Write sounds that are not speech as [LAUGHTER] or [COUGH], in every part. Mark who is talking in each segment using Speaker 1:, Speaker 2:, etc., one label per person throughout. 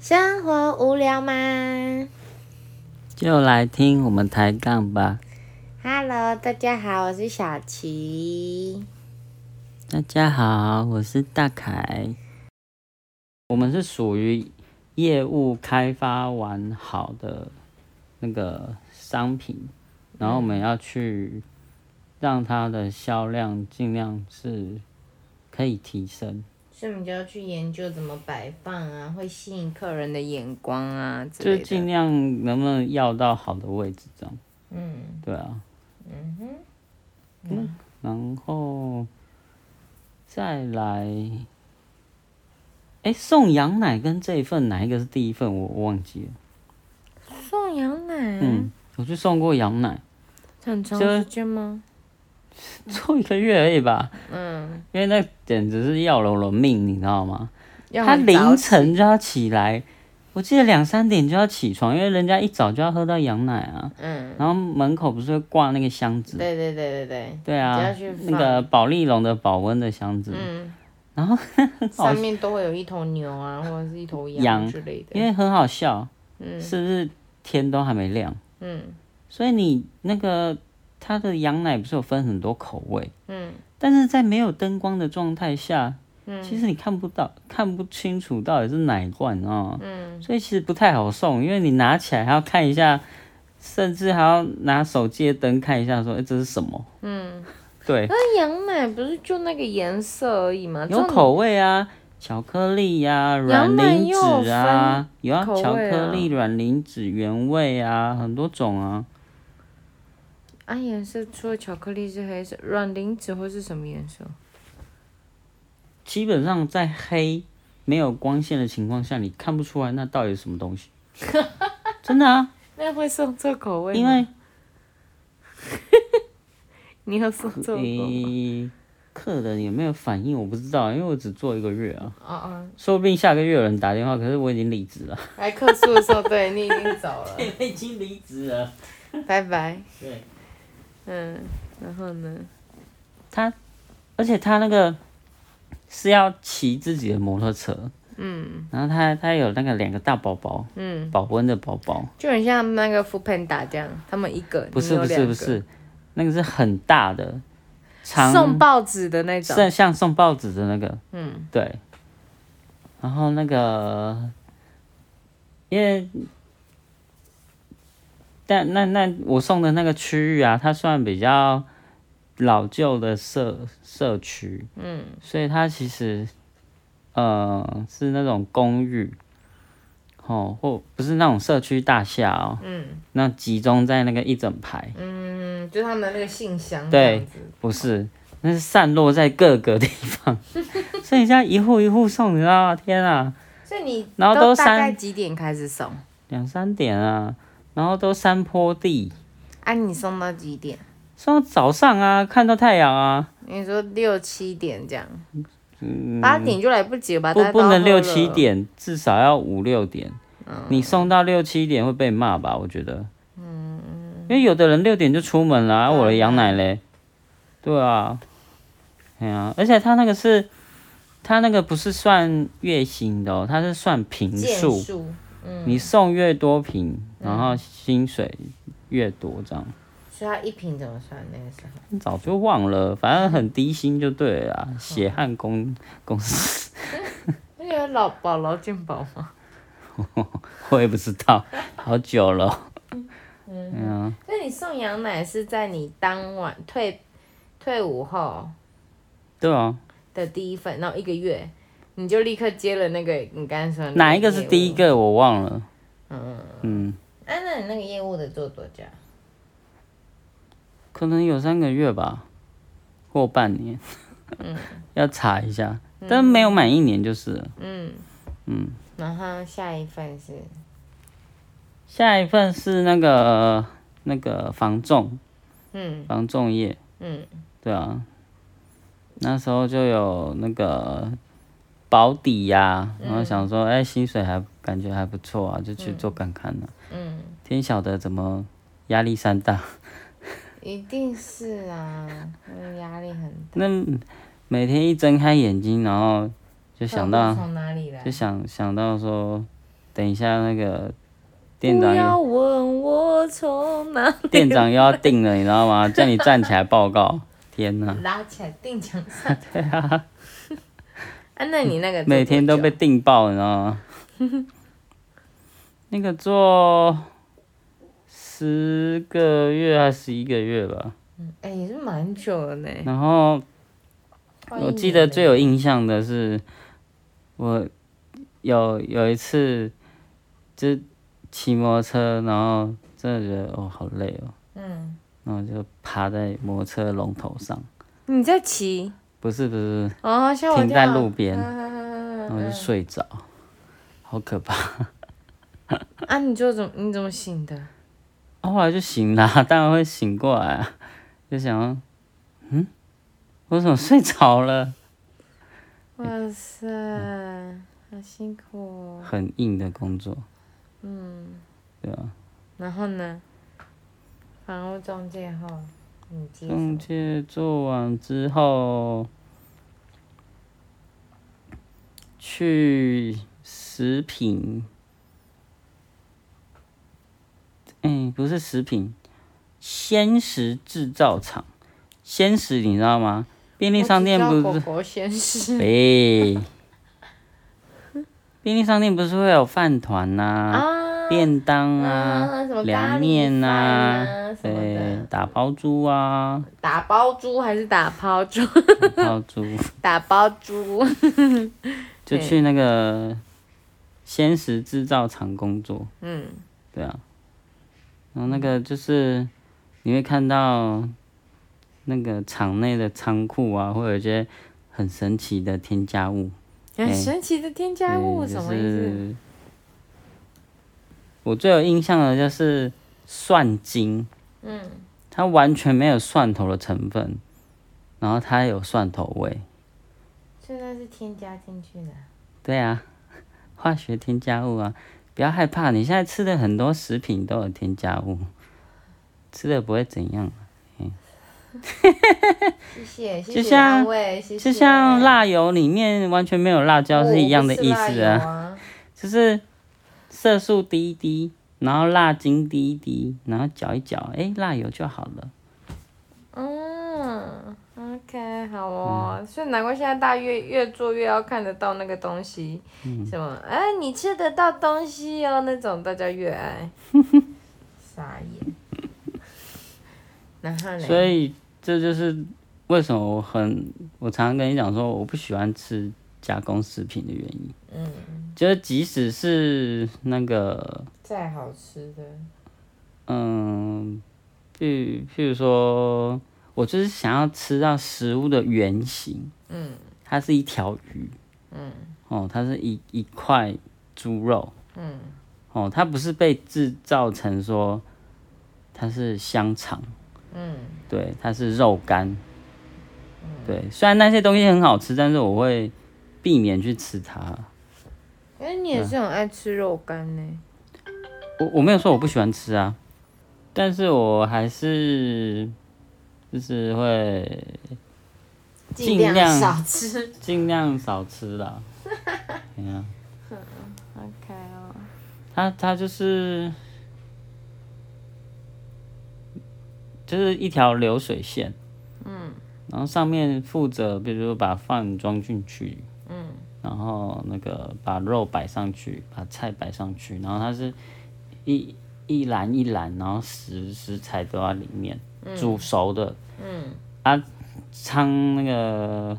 Speaker 1: 生活无聊吗
Speaker 2: 就来听我们抬杠吧。
Speaker 1: ？Hello，大家好，我是小琪。
Speaker 2: 大家好，我是大凯。我们是属于业务开发完好的那个商品，然后我们要去让它的销量尽量是可以提升。
Speaker 1: 所以我们就要去研究怎么摆放啊，会吸引客人的眼光啊之
Speaker 2: 就
Speaker 1: 类
Speaker 2: 尽
Speaker 1: 的。
Speaker 2: 量能不能要到好的位置，这样。
Speaker 1: 嗯，
Speaker 2: 对啊。嗯哼。然后再来，哎，送羊奶跟这一份哪一个是第一份？我我忘记了。
Speaker 1: 送羊奶，啊
Speaker 2: 嗯，我去送过羊奶，
Speaker 1: 很长
Speaker 2: 这
Speaker 1: 时间吗？
Speaker 2: [LAUGHS] 做一个月而已吧，
Speaker 1: 嗯，
Speaker 2: 因为那简直是要了我的命，你知道吗？
Speaker 1: 要
Speaker 2: 他
Speaker 1: 很早
Speaker 2: 凌
Speaker 1: 起
Speaker 2: 晨就要起来，我记得两三点就要起床，因为人家一早就要喝到羊奶啊。
Speaker 1: 嗯，
Speaker 2: 然后门口不是会挂那个箱子？
Speaker 1: 对对对对对，
Speaker 2: 对
Speaker 1: 只
Speaker 2: 啊
Speaker 1: 要去，
Speaker 2: 那个保利龙的保温的箱子，
Speaker 1: 嗯，[LAUGHS]
Speaker 2: 然后
Speaker 1: 上面都会有一头牛啊，或者是一头
Speaker 2: 羊
Speaker 1: 之类的。
Speaker 2: 因为很好笑，
Speaker 1: 嗯
Speaker 2: 是不是天都还没亮，
Speaker 1: 嗯
Speaker 2: 所以你那个它的羊奶不是有分很多口味，
Speaker 1: 嗯
Speaker 2: 但是在没有灯光的状态下，
Speaker 1: 嗯
Speaker 2: 其实你看不到、看不清楚到底是哪一罐啊、
Speaker 1: 嗯，
Speaker 2: 所以其实不太好送，因为你拿起来还要看一下，甚至还要拿手机的灯看一下说，哎、这是什么？
Speaker 1: 嗯，
Speaker 2: 对，
Speaker 1: 那羊奶不是就那个颜色而已吗？
Speaker 2: 有
Speaker 1: 这种
Speaker 2: 口味啊，巧克力呀、软
Speaker 1: 奶
Speaker 2: 磷
Speaker 1: 又有
Speaker 2: 脂啊，有啊，
Speaker 1: 口味
Speaker 2: 巧克
Speaker 1: 啊
Speaker 2: 力、软磷脂、原味啊，很多种啊。
Speaker 1: 啊，颜色除了巧克力是黑色，软磷脂会是什么颜色？
Speaker 2: 基本上在黑没有光线的情况下，你看不出来那到底是什么
Speaker 1: [LAUGHS]
Speaker 2: 东西。真的啊，
Speaker 1: 那会送错口味吗
Speaker 2: 因为
Speaker 1: 你有送错口味。
Speaker 2: 诶，客人有没有反应我不知道，因为我只做一个月啊，
Speaker 1: 哦哦，
Speaker 2: 说不定下个月有人打电话，可是我已经离职了。 [LAUGHS]
Speaker 1: 来客诉的时候，对你已经走了，
Speaker 2: 已经离职了。
Speaker 1: [LAUGHS] 拜拜。
Speaker 2: 对。
Speaker 1: 嗯，然后呢？
Speaker 2: 他，而且他那个是要骑自己的摩托车，嗯，然后他他有那个两个大包包，
Speaker 1: 嗯，
Speaker 2: 保温的包包，
Speaker 1: 就很像那个福盆打这样，他们一个，
Speaker 2: 不
Speaker 1: 你
Speaker 2: 是
Speaker 1: 有
Speaker 2: 不
Speaker 1: 两个
Speaker 2: 是不是，那个是很大的，长
Speaker 1: 送报纸的那种。
Speaker 2: 像像送报纸的那个，嗯，对。然后那个，因为，但那那我送的那个区域啊，它算比较老旧的社社区，嗯，所以它其实，呃，是那种公寓，哦，或不是那种社区大厦哦，嗯，那集中在那个一整排，
Speaker 1: 嗯，就他们那个信箱这
Speaker 2: 对
Speaker 1: 样子。
Speaker 2: 不是，那是散落在各个地
Speaker 1: [LAUGHS]
Speaker 2: 方，所以人家一户一户送，你知道吗？天啊，
Speaker 1: 所以你
Speaker 2: 然后
Speaker 1: 都
Speaker 2: 都
Speaker 1: 大
Speaker 2: 删
Speaker 1: 概几点开始送？
Speaker 2: 两三点啊，然后都山坡地，
Speaker 1: 啊，你送到几点？
Speaker 2: 送到早上啊，看到太阳啊，
Speaker 1: 你说六七点这样，八点就来不及了吧？
Speaker 2: 嗯不
Speaker 1: 大家都
Speaker 2: 不
Speaker 1: 要
Speaker 2: 能
Speaker 1: 喝
Speaker 2: 六
Speaker 1: 了嗯
Speaker 2: 七。点，至少要五六点。你送到六七点会被骂吧？我觉得，嗯，因为有的人六点就出门了、啊，我的羊奶嘞，对啊，哎呀、而且他那个是，他那个不是算月薪的哦，他是算平
Speaker 1: 件
Speaker 2: 数，
Speaker 1: 数，
Speaker 2: 你送越多瓶，然
Speaker 1: 嗯
Speaker 2: 后薪水越多，这样
Speaker 1: 所以它一瓶怎么算？那个时候
Speaker 2: 早就忘了，反正很低薪就对了啦。血汗公公司，
Speaker 1: 那个老保劳健保吗？
Speaker 2: 我也不知道，好久了。
Speaker 1: 那你送羊奶是在你当晚退退伍后
Speaker 2: 对啊，
Speaker 1: 的第一份，然后一个月你就立刻接了那个你刚才说的那
Speaker 2: 哪一个是第一
Speaker 1: 业务？
Speaker 2: 个我忘了。
Speaker 1: 啊，那你那个业务的做多久啊？
Speaker 2: 可能有三个月吧，或半年，
Speaker 1: 嗯
Speaker 2: [LAUGHS] 要查一下，但没有满一年就是了。
Speaker 1: 然后下一份是
Speaker 2: 下一份是那个那个防重
Speaker 1: 嗯
Speaker 2: 防重业，
Speaker 1: 嗯
Speaker 2: 对啊，那时候就有那个保底呀、
Speaker 1: 嗯
Speaker 2: 然后想说，哎、薪水还感觉还不错啊，就去做看看了、
Speaker 1: 嗯，
Speaker 2: 天晓得怎么压力山大，
Speaker 1: 一定是啊，那个压力很大。
Speaker 2: 那每天一睁开眼睛，然后就想
Speaker 1: 不知道
Speaker 2: 到，
Speaker 1: 嗯从哪里来
Speaker 2: 就，想想到说，等一下那个店
Speaker 1: 不
Speaker 2: 长又
Speaker 1: 要问我从哪 [LAUGHS] 里
Speaker 2: 店长又要定了，你知道吗？叫你站起来报告。天哪！
Speaker 1: 拉起来定墙上。
Speaker 2: [LAUGHS]
Speaker 1: 对啊。啊，那你那个做
Speaker 2: 每天都
Speaker 1: 多
Speaker 2: 被
Speaker 1: 久
Speaker 2: 定爆，你知道吗？那个做十个月还是十一个月吧，
Speaker 1: 哎、也是蛮久了呢。
Speaker 2: 然后
Speaker 1: 快一
Speaker 2: 我记
Speaker 1: 年
Speaker 2: 得
Speaker 1: 了
Speaker 2: 最有印象的是，我有有一次就是骑摩托车，然后真的觉得哦好累哦，
Speaker 1: 嗯，
Speaker 2: 然后就趴在摩托车龙头上，
Speaker 1: 你在骑
Speaker 2: 不是不是，
Speaker 1: 哦，吓我
Speaker 2: 停
Speaker 1: 一
Speaker 2: 在
Speaker 1: 跳
Speaker 2: 路边
Speaker 1: 啊
Speaker 2: 然后就睡着，好可怕。
Speaker 1: 啊，你就怎么你怎么醒的？
Speaker 2: 啊后来就醒了啊、当然会醒过来、啊，就想说，嗯，我怎么睡着了？
Speaker 1: 哇塞，好辛苦、哦。
Speaker 2: 很硬的工作，嗯，对啊，
Speaker 1: 然后呢？房屋中介后，你接什
Speaker 2: 中
Speaker 1: 么？
Speaker 2: 介做完之后，去食品，哎、不是食品，鲜食制造厂，鲜食你知道吗？便利商店不
Speaker 1: 我
Speaker 2: 是
Speaker 1: 只知道狗狗先是
Speaker 2: [LAUGHS] 喂，便利商店不是会有饭团呐、
Speaker 1: 啊，
Speaker 2: 便当啊、
Speaker 1: 啊，什么
Speaker 2: 凉
Speaker 1: 咖喱
Speaker 2: 面
Speaker 1: 饭
Speaker 2: 呐、
Speaker 1: 啊什么
Speaker 2: 对
Speaker 1: 的，，
Speaker 2: 打包猪啊，
Speaker 1: 打包猪还是打抛猪？ [LAUGHS]
Speaker 2: 打包猪，
Speaker 1: 打包猪，
Speaker 2: 就去那个鲜食制造厂工作，
Speaker 1: 嗯，
Speaker 2: 对啊。然后那个就是你会看到那个厂内的仓库啊，会有一些很神奇的添加物，
Speaker 1: 很
Speaker 2: 哎
Speaker 1: 神奇的添加物
Speaker 2: 对
Speaker 1: 哦什
Speaker 2: 就
Speaker 1: 么意思？
Speaker 2: 是我最有印象的就是蒜精，嗯，它完全没有蒜头的成分，然后它有蒜头味，
Speaker 1: 现在是添加进去的，
Speaker 2: 对啊， [LAUGHS] 化学添加物啊，不要害怕，你现在吃的很多食品都有添加物，吃的不会怎样。
Speaker 1: 谢谢，
Speaker 2: 就
Speaker 1: 谢谢
Speaker 2: 像
Speaker 1: 安慰，谢谢。
Speaker 2: 就像辣油里面完全没有辣椒是一样的意思啊，
Speaker 1: 啊。
Speaker 2: 就是色素滴一滴，然后辣精滴一滴，然后搅一搅，哎、辣油就好了。
Speaker 1: 嗯，OK，好哦，
Speaker 2: 嗯
Speaker 1: 所以难怪现在大家越越做越要看得到那个东西，
Speaker 2: 嗯
Speaker 1: 什么哎、你吃得到东西哦那种，大家越
Speaker 2: [LAUGHS]
Speaker 1: 爱，傻眼。然后呢？
Speaker 2: 所以这就是为什么我很我常常跟你讲说我不喜欢吃加工食品的原因。嗯，就是即使是那个
Speaker 1: 再好吃的，
Speaker 2: 嗯，譬譬如说，我就是想要吃到食物的原型。嗯，它是一条鱼。嗯，哦，它是一一块猪肉。嗯，哦，它不是被制造成说它是香肠。嗯，对，它是肉干。对，虽然那些东西很好吃，但是我会避免去吃它。
Speaker 1: 哎、你也是很爱吃肉干呢、
Speaker 2: 我我没有说我不喜欢吃啊，但是我还是就是会尽量
Speaker 1: 少吃。
Speaker 2: 尽量少吃啦。
Speaker 1: [LAUGHS]
Speaker 2: 对啊，
Speaker 1: 嗯 OK 哦，
Speaker 2: 它它就是就是一条流水线，嗯，然后上面负责比如说把饭装进去，嗯，然后那个把肉摆上去，把菜摆上去，然后它是一一篮一篮，然后食食材都在里面，煮熟的，嗯，啊，仓那个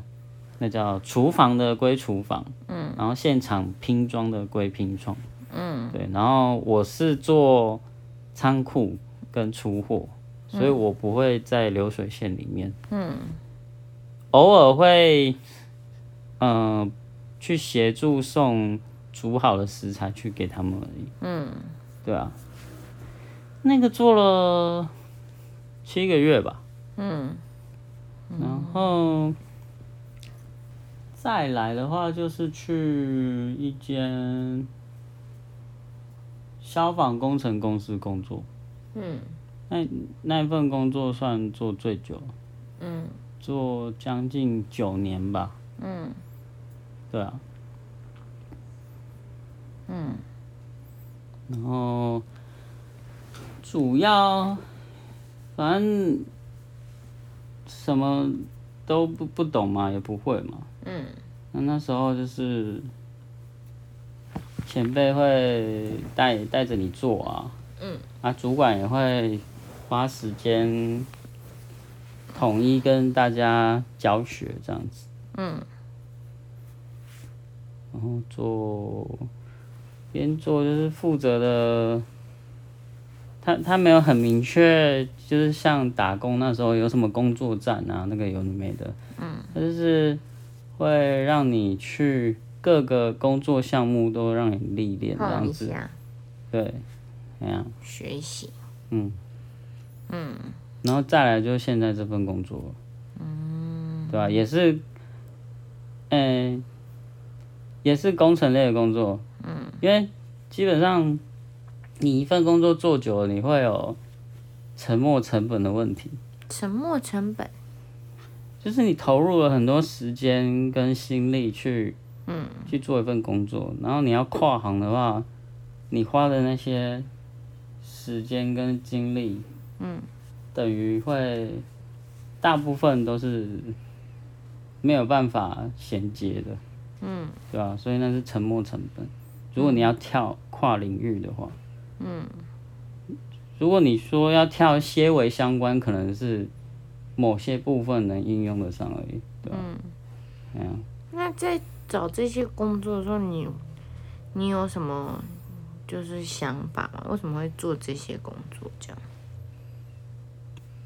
Speaker 2: 那叫厨房的归厨房，嗯，然后现场拼装的归拼装，嗯，对，然后我是做仓库跟出货，所以我不会在流水线里面，嗯，偶尔会，嗯、去协助送煮好的食材去给他们而已，嗯，对啊，那个做了七个月吧，嗯，然后。再来的话，就是去一间消防工程公司工作。嗯，那那一份工作算做最久。嗯，做将近九年吧。嗯，对啊。嗯，然后主要反正什么都不不懂嘛，也不会嘛。
Speaker 1: 嗯，
Speaker 2: 那那时候就是前辈会带带着你做啊，
Speaker 1: 嗯，
Speaker 2: 啊，主管也会花时间统一跟大家教学这样子，
Speaker 1: 嗯，
Speaker 2: 然后做边做就是负责的。他他没有很明确，就是像打工那时候有什么工作站啊，那个有的没的，嗯，他就是会让你去各个工作项目都让你历练这
Speaker 1: 碰
Speaker 2: 样
Speaker 1: 一
Speaker 2: 子，
Speaker 1: 下
Speaker 2: 对，哎呀，
Speaker 1: 学习。
Speaker 2: 嗯，然后再来就是现在这份工作，嗯，对吧、也是，嗯、也是工程类的工作，嗯，因为基本上你一份工作做久了，你会有沉没成本的问题，
Speaker 1: 沉没成本，
Speaker 2: 就是你投入了很多时间跟心力去，嗯，去做一份工作，然后你要跨行的话，你花的那些时间跟精力，嗯，等于会大部分都是没有办法衔接的，嗯，对吧、所以那是沉没成本。如果你要跳跨领域的话，嗯，如果你说要跳些微相关，可能是。某些部分能应用得上而已，对吧、哎呀
Speaker 1: 那在找这些工作的时候，你你有什么就是想法吗？为什么会做这些工作？这样，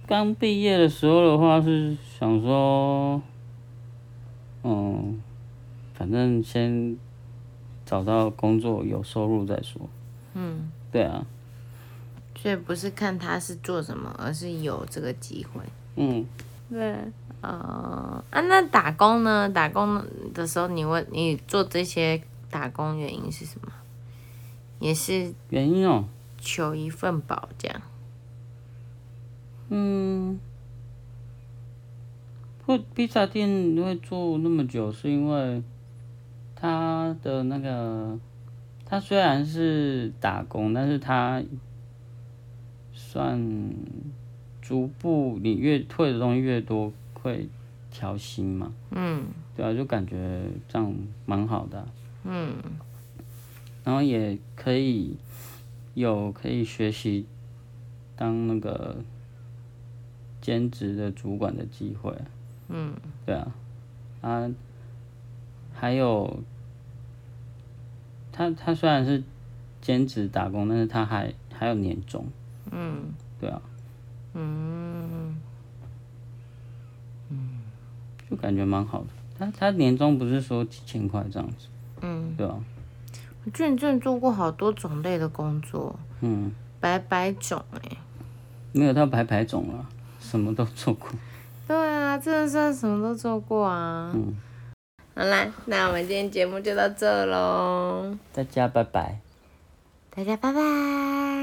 Speaker 2: 刚毕业的时候的话是想说，嗯，反正先找到工作有收入再说。
Speaker 1: 嗯，
Speaker 2: 对啊，
Speaker 1: 所以不是看他是做什么，而是有这个机会。
Speaker 2: 嗯，
Speaker 1: 对，呃，啊，那打工呢？打工的时候，你问你做这些打工原因是什么？也是
Speaker 2: 原因哦、
Speaker 1: 求一份保这样。
Speaker 2: 嗯，会披萨店会做那么久，是因为它的那个，它虽然是打工，但是它算逐步你越退的东西越多，会调薪嘛，
Speaker 1: 嗯
Speaker 2: 对啊，就感觉这样蛮好的啊、
Speaker 1: 嗯
Speaker 2: 然后也可以有可以学习当那个兼职的主管的机会，
Speaker 1: 嗯，
Speaker 2: 对啊，啊，还有他他虽然是兼职打工，但是他还还有年终，
Speaker 1: 嗯
Speaker 2: 对啊，
Speaker 1: 嗯，
Speaker 2: 嗯就感觉蛮好的。他他年终不是说几千块这样子，
Speaker 1: 嗯，
Speaker 2: 对啊，
Speaker 1: 我觉得你真的做过好多种类的工作，
Speaker 2: 嗯，
Speaker 1: 百百种哎、
Speaker 2: 没有到白白种了，什么都做过，
Speaker 1: 对啊，真的是什么都做过啊。
Speaker 2: 嗯，
Speaker 1: 好啦，那我们今天节目就到这喽，
Speaker 2: 大家拜拜。
Speaker 1: 大家拜拜。